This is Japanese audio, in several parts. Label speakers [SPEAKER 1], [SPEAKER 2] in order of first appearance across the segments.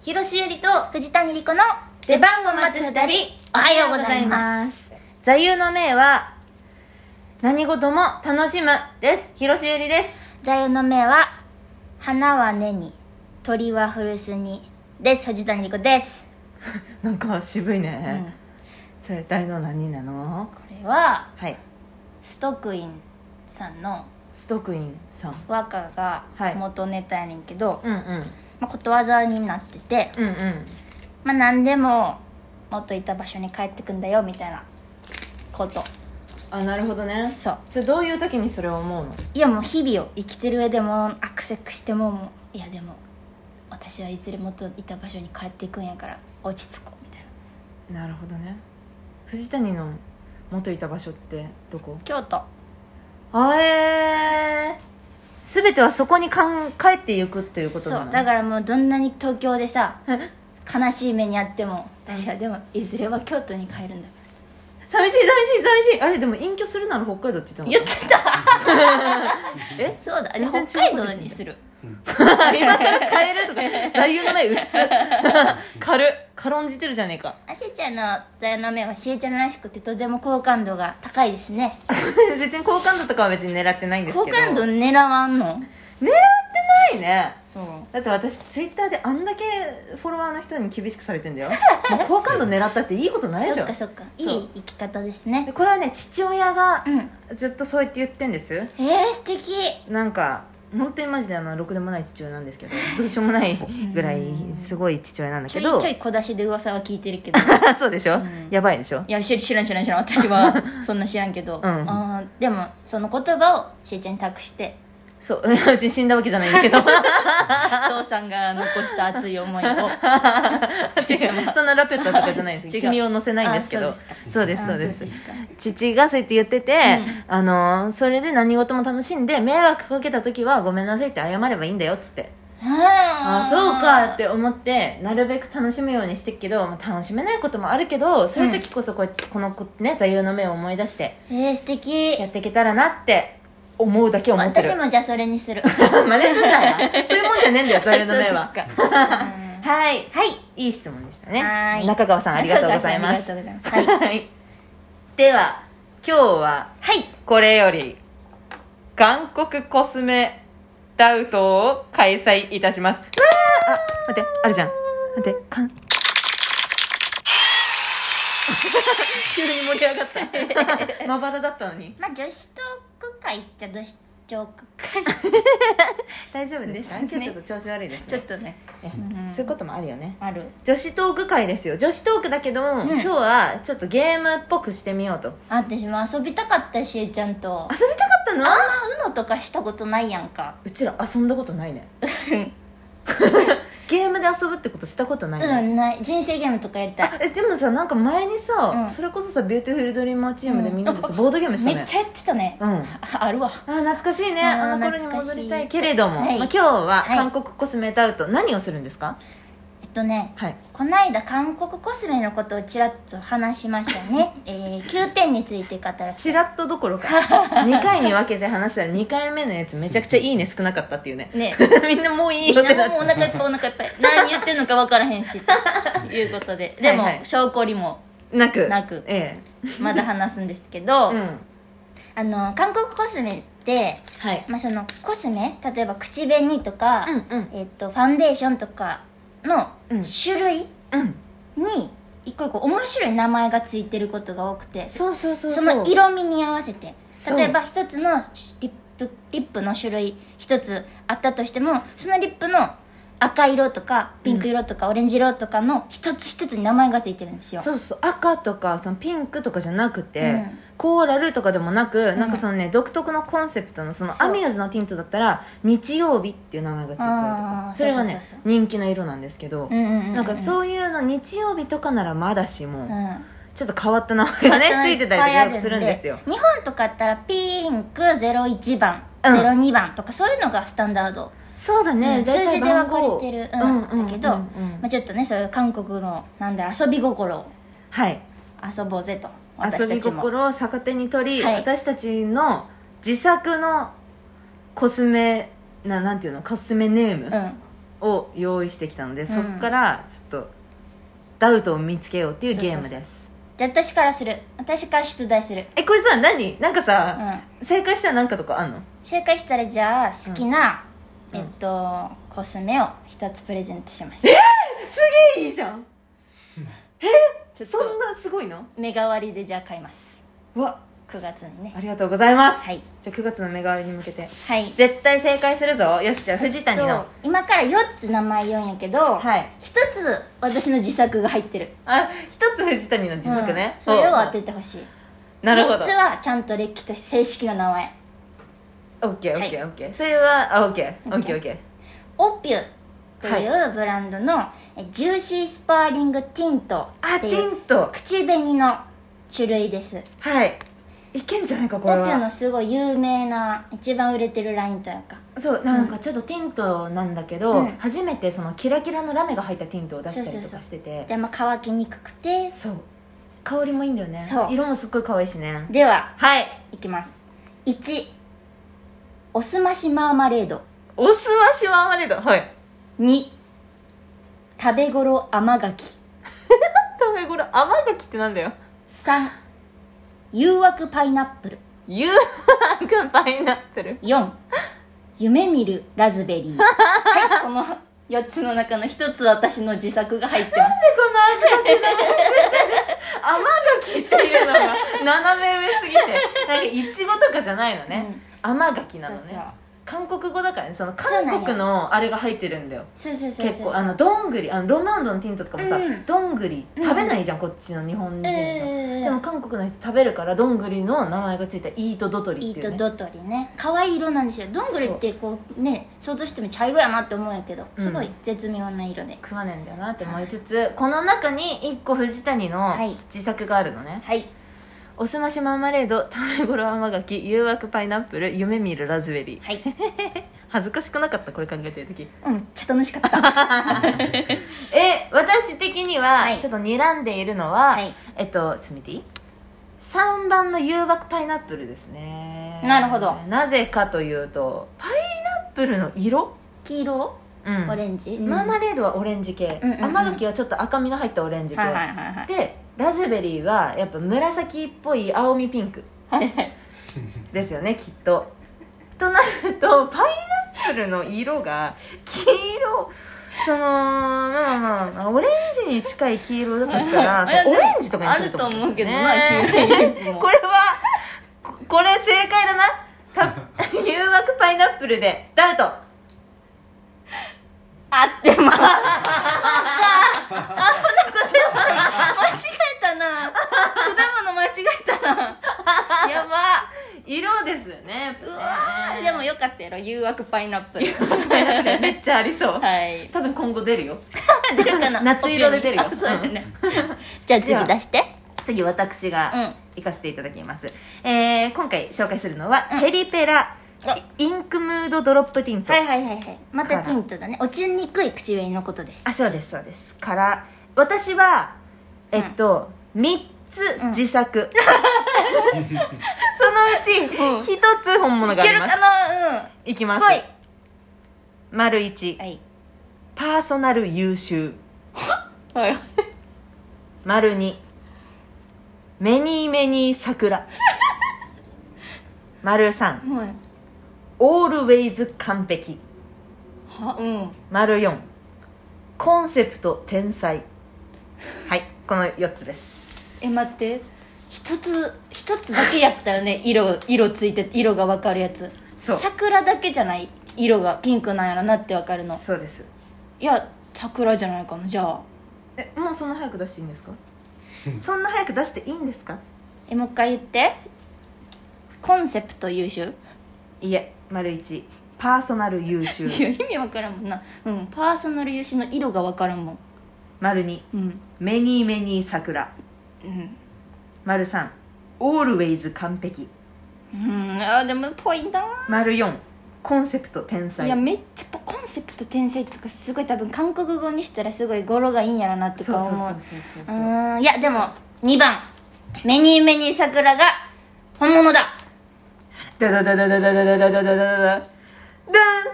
[SPEAKER 1] 広瀬ゆりと
[SPEAKER 2] 藤谷莉子の
[SPEAKER 1] 出番を待つ二人おはようございます座右の銘は何事も楽しむです広瀬ゆりです
[SPEAKER 2] 座右の銘は花は根に鳥は古巣にです藤谷莉子です、
[SPEAKER 1] なんか渋い
[SPEAKER 2] うん
[SPEAKER 1] ね、それ誰の何なの
[SPEAKER 2] これは
[SPEAKER 1] はい
[SPEAKER 2] ストックインさんの
[SPEAKER 1] ストックインさん
[SPEAKER 2] 和歌が
[SPEAKER 1] はい
[SPEAKER 2] 元ネタやねんけど、
[SPEAKER 1] うんうん
[SPEAKER 2] まあ、ことわざになってて、
[SPEAKER 1] うんうん
[SPEAKER 2] まあ、何でも元いた場所に帰ってくんだよみたいなこと
[SPEAKER 1] あなるほどね
[SPEAKER 2] そう
[SPEAKER 1] それどういう時にそれを思うの
[SPEAKER 2] いやもう日々を生きてる上でもアクセクしてももういやでも私はいずれ元いた場所に帰っていくんやから落ち着こうみたいな
[SPEAKER 1] なるほどね藤谷の元いた場所ってどこ
[SPEAKER 2] 京都
[SPEAKER 1] あえー、全てはそこにかん帰っていくということだ
[SPEAKER 2] そ
[SPEAKER 1] な
[SPEAKER 2] うだからもうどんなに東京でさ悲しい目にあっても
[SPEAKER 1] うん
[SPEAKER 2] 私はでもいずれは京都に帰るんだ
[SPEAKER 1] 寂しい寂しい寂しいあれでも隠居するなら北海道って言って
[SPEAKER 2] 言って た
[SPEAKER 1] え
[SPEAKER 2] そうだじゃ
[SPEAKER 1] 全然
[SPEAKER 2] あ北海
[SPEAKER 1] 違うこと言って
[SPEAKER 2] 道
[SPEAKER 1] んだ
[SPEAKER 2] にする
[SPEAKER 1] たの 今から帰れるとか 座右の銘薄っ 軽っ軽んじてるじゃねえか
[SPEAKER 2] あしーちゃんの座右の銘はしーちゃんらしくてとても好感度が高いですね
[SPEAKER 1] 別に好感度とかは別に狙ってないんです
[SPEAKER 2] 好
[SPEAKER 1] けど
[SPEAKER 2] 感度
[SPEAKER 1] な
[SPEAKER 2] 狙わんの
[SPEAKER 1] いね
[SPEAKER 2] そう
[SPEAKER 1] だって私ツイッターであんだけフォロワーの人に厳しくされてんだよもう好感度狙ったっていいことないでし
[SPEAKER 2] そっ
[SPEAKER 1] ょ
[SPEAKER 2] かそっかい
[SPEAKER 1] そう
[SPEAKER 2] い生き方ですね
[SPEAKER 1] でこれはね父親が
[SPEAKER 2] うん
[SPEAKER 1] ずっとそうやって言ってんです
[SPEAKER 2] えー、素敵
[SPEAKER 1] なんか本当にマジであのろくでもない父親なんですけどどうしようもないぐらいすごい父親なんだ
[SPEAKER 2] ち
[SPEAKER 1] け
[SPEAKER 2] ょ
[SPEAKER 1] ど
[SPEAKER 2] いちょい小出しで噂は聞いてる けどい
[SPEAKER 1] そうでしょ、
[SPEAKER 2] うん
[SPEAKER 1] やばいでしょ
[SPEAKER 2] や知知らん知らん知らん私 はそんな知らんけど、
[SPEAKER 1] ん
[SPEAKER 2] あーでもその言葉をしーちゃんに託して
[SPEAKER 1] そううち死んだわけじゃないんだけど
[SPEAKER 2] 父さんが残した熱い思いを
[SPEAKER 1] 違う そんなラペットとかじゃないんです
[SPEAKER 2] 違う
[SPEAKER 1] 君を乗せないんですけ
[SPEAKER 2] あ
[SPEAKER 1] ど
[SPEAKER 2] そうです
[SPEAKER 1] そうです
[SPEAKER 2] あ
[SPEAKER 1] そうです
[SPEAKER 2] か
[SPEAKER 1] 父がそうやって言ってて、あのーそれで何事も楽しんで迷惑かけた時はごめんなさいって謝ればいいんだよっつってあ
[SPEAKER 2] あ
[SPEAKER 1] あそうかって思ってなるべく楽しむようにしてっけど、まあ、楽しめないこともあるけどそういう時こそこうやってこの子ね座右の銘を思い出して
[SPEAKER 2] えー、素敵
[SPEAKER 1] やっていけたらなって思うだけ思ってる
[SPEAKER 2] 私もじゃあそれにす る
[SPEAKER 1] 真似すんなよそういうもんじゃねえんだよ座右の銘は
[SPEAKER 2] そうですかうん
[SPEAKER 1] はい
[SPEAKER 2] はい
[SPEAKER 1] いい質問でしたね
[SPEAKER 2] はーい
[SPEAKER 1] 中川さんありがとうございま
[SPEAKER 2] あり
[SPEAKER 1] す
[SPEAKER 2] がとうございますはい
[SPEAKER 1] はいでは今日は
[SPEAKER 2] はい
[SPEAKER 1] これより韓国コスメダウトを開催いたしますあ待ってあるじゃん待ってかん 急に盛り上がった まばらだったのに
[SPEAKER 2] まあ女子トーク会っちゃ女子トーク会
[SPEAKER 1] 大丈夫ですか
[SPEAKER 2] です
[SPEAKER 1] 今
[SPEAKER 2] ね
[SPEAKER 1] 日ちょっと調子悪いです
[SPEAKER 2] ちょ
[SPEAKER 1] ね
[SPEAKER 2] っとね
[SPEAKER 1] え
[SPEAKER 2] うん
[SPEAKER 1] そういうこともあるよね
[SPEAKER 2] ある
[SPEAKER 1] 女子トーク会ですよ女子トークだけど、
[SPEAKER 2] ん
[SPEAKER 1] 今日はちょっとゲームっぽくしてみようと
[SPEAKER 2] あ私も遊びたかったしえちゃんと
[SPEAKER 1] 遊びたかったの
[SPEAKER 2] あんま UNO とかしたことないやんか
[SPEAKER 1] うちら遊んだことないねゲームで遊ぶってことしたことないね、
[SPEAKER 2] うんない人生ゲームとかやりたい
[SPEAKER 1] あえでもさなんか前にさ、
[SPEAKER 2] うん
[SPEAKER 1] それこそさ「ビューティフルドリーマーチーム」で
[SPEAKER 2] うん
[SPEAKER 1] みんなでさ、ボードゲームした
[SPEAKER 2] め
[SPEAKER 1] ね
[SPEAKER 2] っちゃやってたね
[SPEAKER 1] うん、あ
[SPEAKER 2] ああるわ
[SPEAKER 1] ー懐かしいね
[SPEAKER 2] あー
[SPEAKER 1] あの頃に
[SPEAKER 2] 懐か
[SPEAKER 1] 戻
[SPEAKER 2] しい
[SPEAKER 1] りたいけれども、
[SPEAKER 2] はい
[SPEAKER 1] まあ、今日は
[SPEAKER 2] はい
[SPEAKER 1] 韓国コスメダウト、何をするんですか
[SPEAKER 2] えっとね
[SPEAKER 1] はい
[SPEAKER 2] この間韓国コスメのことをちらっと話しました ね、えー、キューペンについて語ら
[SPEAKER 1] チラッとどころ か2回に分けて話したら2回目のやつめちゃくちゃいいね少なかったっていうね
[SPEAKER 2] ね
[SPEAKER 1] みんなもういいよ
[SPEAKER 2] みんな
[SPEAKER 1] ってなっ
[SPEAKER 2] もうお
[SPEAKER 1] て
[SPEAKER 2] 腹いっぱいお腹いっぱい何言ってんのか分からへ んしということででも
[SPEAKER 1] はいはい
[SPEAKER 2] 証拠りも
[SPEAKER 1] なく
[SPEAKER 2] なく
[SPEAKER 1] え
[SPEAKER 2] まだ話すんですけ
[SPEAKER 1] え
[SPEAKER 2] ど、
[SPEAKER 1] うん
[SPEAKER 2] あの韓国コスメって、
[SPEAKER 1] はい
[SPEAKER 2] まあ、そのコスメ例えば口紅とか、
[SPEAKER 1] うんうん
[SPEAKER 2] えっとファンデーションとかの
[SPEAKER 1] うん
[SPEAKER 2] 種類
[SPEAKER 1] うん
[SPEAKER 2] に一個一個面白い名前がついてることが多くて
[SPEAKER 1] そうそうそう
[SPEAKER 2] そうの色味に合わせて
[SPEAKER 1] そう
[SPEAKER 2] 例えば一つのリップリップの種類一つあったとしてもそのリップの赤色とかピンク色とかオレンジ色とかの一つ一つに名前がついてるんですよ、
[SPEAKER 1] そうそう赤とかそのピンクとかじゃなくて、
[SPEAKER 2] うん
[SPEAKER 1] コーラルとかでもなく、
[SPEAKER 2] ん
[SPEAKER 1] なんかそのね独特のコンセプトのその
[SPEAKER 2] そう
[SPEAKER 1] アミューズのティントだったら日曜日っていう名前がついてると
[SPEAKER 2] あ
[SPEAKER 1] か
[SPEAKER 2] ー
[SPEAKER 1] それはね
[SPEAKER 2] そうそうそう
[SPEAKER 1] 人気の色なんですけど、
[SPEAKER 2] うんうんうんうん、
[SPEAKER 1] なんか
[SPEAKER 2] う、
[SPEAKER 1] そういうの日曜日とかならまだしも、
[SPEAKER 2] ん、
[SPEAKER 1] ちょっと変わった名前がねついてたりとかよくするんですよ
[SPEAKER 2] 日本とかやったらピンク01番、
[SPEAKER 1] うん
[SPEAKER 2] 02番とかそういうのがスタンダード、
[SPEAKER 1] そうだね、
[SPEAKER 2] うん
[SPEAKER 1] 大体
[SPEAKER 2] 数字で分かれてる、
[SPEAKER 1] 番
[SPEAKER 2] う
[SPEAKER 1] 号
[SPEAKER 2] んだけど、
[SPEAKER 1] うんうんうん
[SPEAKER 2] まあ、ちょっとねそういう韓国のなんだろう遊び心を
[SPEAKER 1] はい
[SPEAKER 2] 遊ぼうぜと
[SPEAKER 1] 遊
[SPEAKER 2] 私た
[SPEAKER 1] び
[SPEAKER 2] ちも
[SPEAKER 1] 心を逆手に取り、
[SPEAKER 2] はい
[SPEAKER 1] 私たちの自作のコスメななんていうのコスメネーム、
[SPEAKER 2] うん
[SPEAKER 1] を用意してきたので、
[SPEAKER 2] ん
[SPEAKER 1] そこからちょっとダウトを見つけようっていう
[SPEAKER 2] そうそ
[SPEAKER 1] ゲ
[SPEAKER 2] う
[SPEAKER 1] ー
[SPEAKER 2] そう
[SPEAKER 1] ムです
[SPEAKER 2] じゃあ私からする私から出題する
[SPEAKER 1] えこれさ何なんか
[SPEAKER 2] う
[SPEAKER 1] さ、
[SPEAKER 2] ん
[SPEAKER 1] 正解したらなんかとかあんの
[SPEAKER 2] 正解したらじゃあ好きな、
[SPEAKER 1] うん
[SPEAKER 2] えっとコスメを一つプレゼントします
[SPEAKER 1] すげえいいじゃん
[SPEAKER 2] ちょっ
[SPEAKER 1] そん
[SPEAKER 2] と
[SPEAKER 1] なすごいの
[SPEAKER 2] 目代わりでじゃあ買います
[SPEAKER 1] うわ
[SPEAKER 2] 9月にね
[SPEAKER 1] ありがとうございます
[SPEAKER 2] はい
[SPEAKER 1] じゃあ9月の目代わりに向けて
[SPEAKER 2] はい
[SPEAKER 1] 絶対正解するぞよしじゃあ藤谷の
[SPEAKER 2] と今から4つ名前言うんやけど
[SPEAKER 1] はい
[SPEAKER 2] 一つ私の自作が入ってる
[SPEAKER 1] あ一つ藤谷の自作ね、
[SPEAKER 2] うんそれを当
[SPEAKER 1] おう
[SPEAKER 2] ててほしい
[SPEAKER 1] なるほど
[SPEAKER 2] 3つはちゃんと歴として正式な名前
[SPEAKER 1] オッケーオ
[SPEAKER 2] は
[SPEAKER 1] ッ
[SPEAKER 2] い
[SPEAKER 1] ケーオッケーそれはあオッケ ーオッケーオッケー
[SPEAKER 2] オピュというブランドの、えジューシースパーリングティント
[SPEAKER 1] あ
[SPEAKER 2] って
[SPEAKER 1] テ
[SPEAKER 2] いう
[SPEAKER 1] ィント
[SPEAKER 2] 口紅の種類です
[SPEAKER 1] はいいけんじゃないか
[SPEAKER 2] オ
[SPEAKER 1] こ
[SPEAKER 2] ピ
[SPEAKER 1] れ
[SPEAKER 2] ュの
[SPEAKER 1] は
[SPEAKER 2] すごい有名な一番売れてるラインというか
[SPEAKER 1] そうなんかちょっとティントなんだけど、
[SPEAKER 2] うん
[SPEAKER 1] 初めてそのキラキラのラメが入ったティントを出したりとかしてて
[SPEAKER 2] でも乾きにくくて
[SPEAKER 1] そう香りもいいんだよね
[SPEAKER 2] そう
[SPEAKER 1] 色もすっごい可愛いしね
[SPEAKER 2] では
[SPEAKER 1] はい
[SPEAKER 2] いきます1おすましマーマレード
[SPEAKER 1] おすわしマーマレードはい
[SPEAKER 2] 2食べ頃甘柿
[SPEAKER 1] 食べ頃甘柿ってなんだよ
[SPEAKER 2] 3誘惑パイナップル
[SPEAKER 1] 誘惑パイナップル
[SPEAKER 2] 4夢見るラズベリ ーはいこの4つの中の1つ私の自作が入ってます
[SPEAKER 1] こんな恥ずかしいな甘柿っていうのが斜め上すぎてなんかいちごとかじゃないのね、甘柿なのね
[SPEAKER 2] そう
[SPEAKER 1] 韓国語だからねその
[SPEAKER 2] そうなん
[SPEAKER 1] 韓
[SPEAKER 2] よ
[SPEAKER 1] 国のあれが入ってるんだよ
[SPEAKER 2] そうそうそうそう
[SPEAKER 1] 結構あのどんぐりあのロマンドのティントとかもさ、
[SPEAKER 2] うん
[SPEAKER 1] どんぐり食べないじゃん、こっちの日本人
[SPEAKER 2] うん
[SPEAKER 1] じゃん、
[SPEAKER 2] うん
[SPEAKER 1] でも韓国の人食べるからどんぐりの名前がついたイートドトリ
[SPEAKER 2] イ
[SPEAKER 1] って
[SPEAKER 2] ー
[SPEAKER 1] いう、
[SPEAKER 2] ト
[SPEAKER 1] ね、
[SPEAKER 2] ドトリね可愛い色なんですよどんぐりってこうね想像しても茶色やなって思うんやけど
[SPEAKER 1] うん
[SPEAKER 2] すごい絶妙な色で、
[SPEAKER 1] 食わねえんだよなって思いつつ、この中に1個藤谷の
[SPEAKER 2] はい
[SPEAKER 1] 自作があるのね、
[SPEAKER 2] はい
[SPEAKER 1] おすましマーマレード食べ頃甘柿誘惑パイナップル夢見るラズベリー
[SPEAKER 2] はい
[SPEAKER 1] 恥ずかしくなかったこれ考えてる時
[SPEAKER 2] うんめっちゃ楽しかった
[SPEAKER 1] え私的に
[SPEAKER 2] は
[SPEAKER 1] はいちょっと睨んでいるのは、
[SPEAKER 2] はい
[SPEAKER 1] えっとちょっと見ていい3番の誘惑パイナップルですね
[SPEAKER 2] なるほど
[SPEAKER 1] なぜかというとパイナップルの色
[SPEAKER 2] 黄色
[SPEAKER 1] うん
[SPEAKER 2] オレンジ、
[SPEAKER 1] マーマレードはオレンジ系、
[SPEAKER 2] うんうんうん
[SPEAKER 1] 甘柿はちょっと赤みの入ったオレンジ系、
[SPEAKER 2] はいはいはいはい
[SPEAKER 1] でラズベリーはやっぱ紫っぽい青みピンク
[SPEAKER 2] はいはい
[SPEAKER 1] ですよねきっととなるとパイナップルの色が黄色そのまあまあまあオレンジに近い黄色だとしたら
[SPEAKER 2] いや
[SPEAKER 1] そうオ
[SPEAKER 2] でも
[SPEAKER 1] レンジとかにする
[SPEAKER 2] あると思うけど
[SPEAKER 1] ね
[SPEAKER 2] まあ黄色も
[SPEAKER 1] これはここれ正解だなた誘惑パイナップルでダウト
[SPEAKER 2] 合ってますそっかあんなことした間違えたな果物間違えたなやば
[SPEAKER 1] 色ですよね
[SPEAKER 2] うわーでもよかったやろ誘惑パイナップル
[SPEAKER 1] めっちゃありそう
[SPEAKER 2] はい
[SPEAKER 1] 多分今後出るよ
[SPEAKER 2] 出るかな
[SPEAKER 1] 夏色で出るよ
[SPEAKER 2] オピオにあそうだねじゃあ次出して
[SPEAKER 1] 次私が、
[SPEAKER 2] うん
[SPEAKER 1] 行かせていただきます、えー今回紹介するのは、ペリペラ
[SPEAKER 2] あ
[SPEAKER 1] インクムードドロップティント、
[SPEAKER 2] はいはいはいはいまたティントだね落ちにくい口紅のことです
[SPEAKER 1] あそうですそうですから私はえっと、3つ自作、 そのうち1つ本物があります、
[SPEAKER 2] なうん
[SPEAKER 1] いきます
[SPEAKER 2] 来い
[SPEAKER 1] 丸1
[SPEAKER 2] はい
[SPEAKER 1] パーソナル優秀
[SPEAKER 2] はい
[SPEAKER 1] 丸2メニーメニー桜 丸3
[SPEAKER 2] はい
[SPEAKER 1] オールウェイズ完璧
[SPEAKER 2] はうん
[SPEAKER 1] 丸四コンセプト天才はいこの4つです
[SPEAKER 2] え待って一つ一つだけやったらね色色ついて色が分かるやつ
[SPEAKER 1] そう
[SPEAKER 2] 桜だけじゃない色がピンクなんやろなって分かるの
[SPEAKER 1] そうです
[SPEAKER 2] いや桜じゃないかなじゃあ
[SPEAKER 1] えもうそんな早く出していいん ですかそんな早く出していいんですか
[SPEAKER 2] えもう一回言ってコンセプト優秀
[SPEAKER 1] いえ丸一パーソナル優秀
[SPEAKER 2] いや意味分からんもんなうんパーソナル優秀の色が分からんもん
[SPEAKER 1] 丸二
[SPEAKER 2] うん
[SPEAKER 1] メニーメニー桜
[SPEAKER 2] うん
[SPEAKER 1] 丸三オールウェイズ完璧
[SPEAKER 2] うんあでもぽいな
[SPEAKER 1] 丸四コンセプト天才
[SPEAKER 2] いやめっちゃやっぱコンセプト天才とかすごい多分韓国語にしたらすごい語呂がいいんやろなと
[SPEAKER 1] そう
[SPEAKER 2] か
[SPEAKER 1] そう
[SPEAKER 2] 思う
[SPEAKER 1] そうそう
[SPEAKER 2] う
[SPEAKER 1] そう
[SPEAKER 2] ーんいやでも2番メニーメニー桜が本物だ
[SPEAKER 1] ダダダダダダダダダダダダダン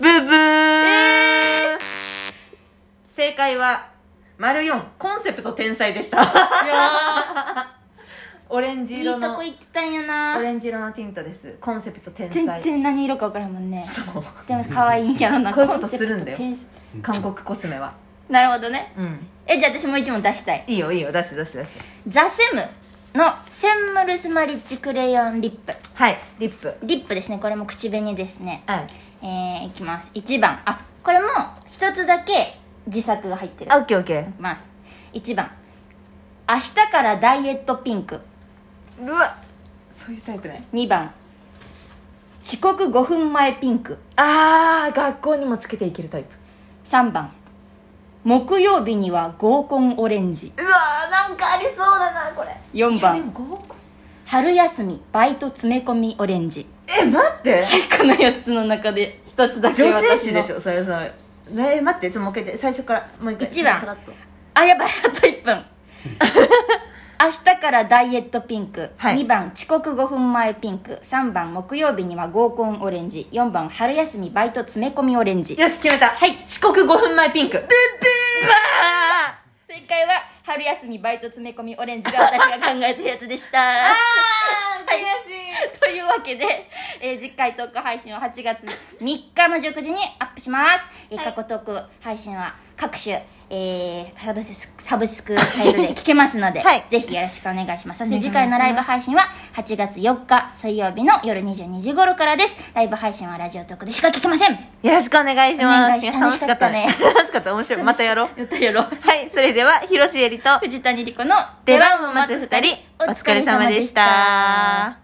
[SPEAKER 1] ブブー、正解は丸4コンセプト天才でした
[SPEAKER 3] いや
[SPEAKER 1] オレンジ
[SPEAKER 2] いい
[SPEAKER 1] 色
[SPEAKER 2] と
[SPEAKER 1] の
[SPEAKER 2] こ行ってたんや
[SPEAKER 1] オ
[SPEAKER 2] な
[SPEAKER 1] レンジ色のティントですコンセプト天
[SPEAKER 2] 全
[SPEAKER 1] 才
[SPEAKER 2] 然何色か分からんもんね
[SPEAKER 1] そう
[SPEAKER 2] でも可愛いんやろな
[SPEAKER 1] こういうことするんだよ
[SPEAKER 2] コンセプト天
[SPEAKER 1] 韓国コスメは
[SPEAKER 2] 才なるほどね
[SPEAKER 1] うん
[SPEAKER 2] えじゃあ私もう一問出したい
[SPEAKER 1] いいよいいよ出して出して出して
[SPEAKER 2] ザ・セムのセンムルスマリッチクレヨンリップ
[SPEAKER 1] はいリップ
[SPEAKER 2] リップですねこれも口紅ですね
[SPEAKER 1] はい
[SPEAKER 2] えー、いきます1番あこれも一つだけ自作が入ってる
[SPEAKER 1] あオッケーオッケ
[SPEAKER 2] いきます1番明日からダイエットピンク
[SPEAKER 1] ーうわそういうタイプね
[SPEAKER 2] 2番遅刻5分前ピンク
[SPEAKER 1] あー学校にもつけていけるタイプ
[SPEAKER 2] 3番木曜日には合コンオレンジ
[SPEAKER 1] うわーなんかありそうだなこれ
[SPEAKER 2] 4
[SPEAKER 1] いやで
[SPEAKER 2] 番
[SPEAKER 1] も合コン
[SPEAKER 2] 春休みバイト詰め込みオレンジ
[SPEAKER 1] え待って
[SPEAKER 2] この4つの中で一つだけ
[SPEAKER 1] 女
[SPEAKER 2] 私の
[SPEAKER 1] 性誌でしょそれそれえ待ってちょっともう一回最初からもう一回
[SPEAKER 2] 一番
[SPEAKER 1] さらっと
[SPEAKER 2] あやばいあと1分 明日からダイエットピンク、
[SPEAKER 1] はい
[SPEAKER 2] 2番遅刻5分前ピンク3番木曜日には合コンオレンジ4番春休みバイト詰め込みオレンジ
[SPEAKER 1] よし決めたはい遅刻5分前ピンクブブーあ
[SPEAKER 2] 正解は春休みバイト詰め込みオレンジが私が考えたやつでし た
[SPEAKER 1] ー悔し
[SPEAKER 2] というわけで、えー次回トーク配信は8月3日の19時にアップします、えー過去トーク配信は各種、えーサブスクサブスクサイトで聞けますので、
[SPEAKER 1] はい
[SPEAKER 2] ぜひよろしくお願いしますそして
[SPEAKER 1] お願いします
[SPEAKER 2] 次回のライブ配信は8月4日水曜日の夜22時頃からですライブ配信はラジオトークでしか聞けません
[SPEAKER 1] いよろしくお願いします
[SPEAKER 2] お願いし
[SPEAKER 1] いや
[SPEAKER 2] 楽しかったね
[SPEAKER 1] 楽しかった面白いまたやろう
[SPEAKER 2] やったやろ
[SPEAKER 1] はいそれでは広瀬えりと
[SPEAKER 2] 藤谷莉子の
[SPEAKER 1] 出番を待つ二人お疲れ様でした